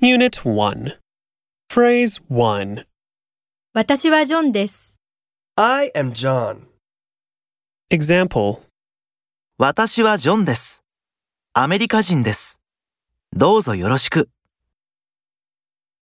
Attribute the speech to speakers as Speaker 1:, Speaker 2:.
Speaker 1: Unit 1. Phrase 1.
Speaker 2: 私はジョンです。
Speaker 3: I am John.
Speaker 1: Example.
Speaker 4: 私はジョンです。アメリカ人です。どうぞよろしく。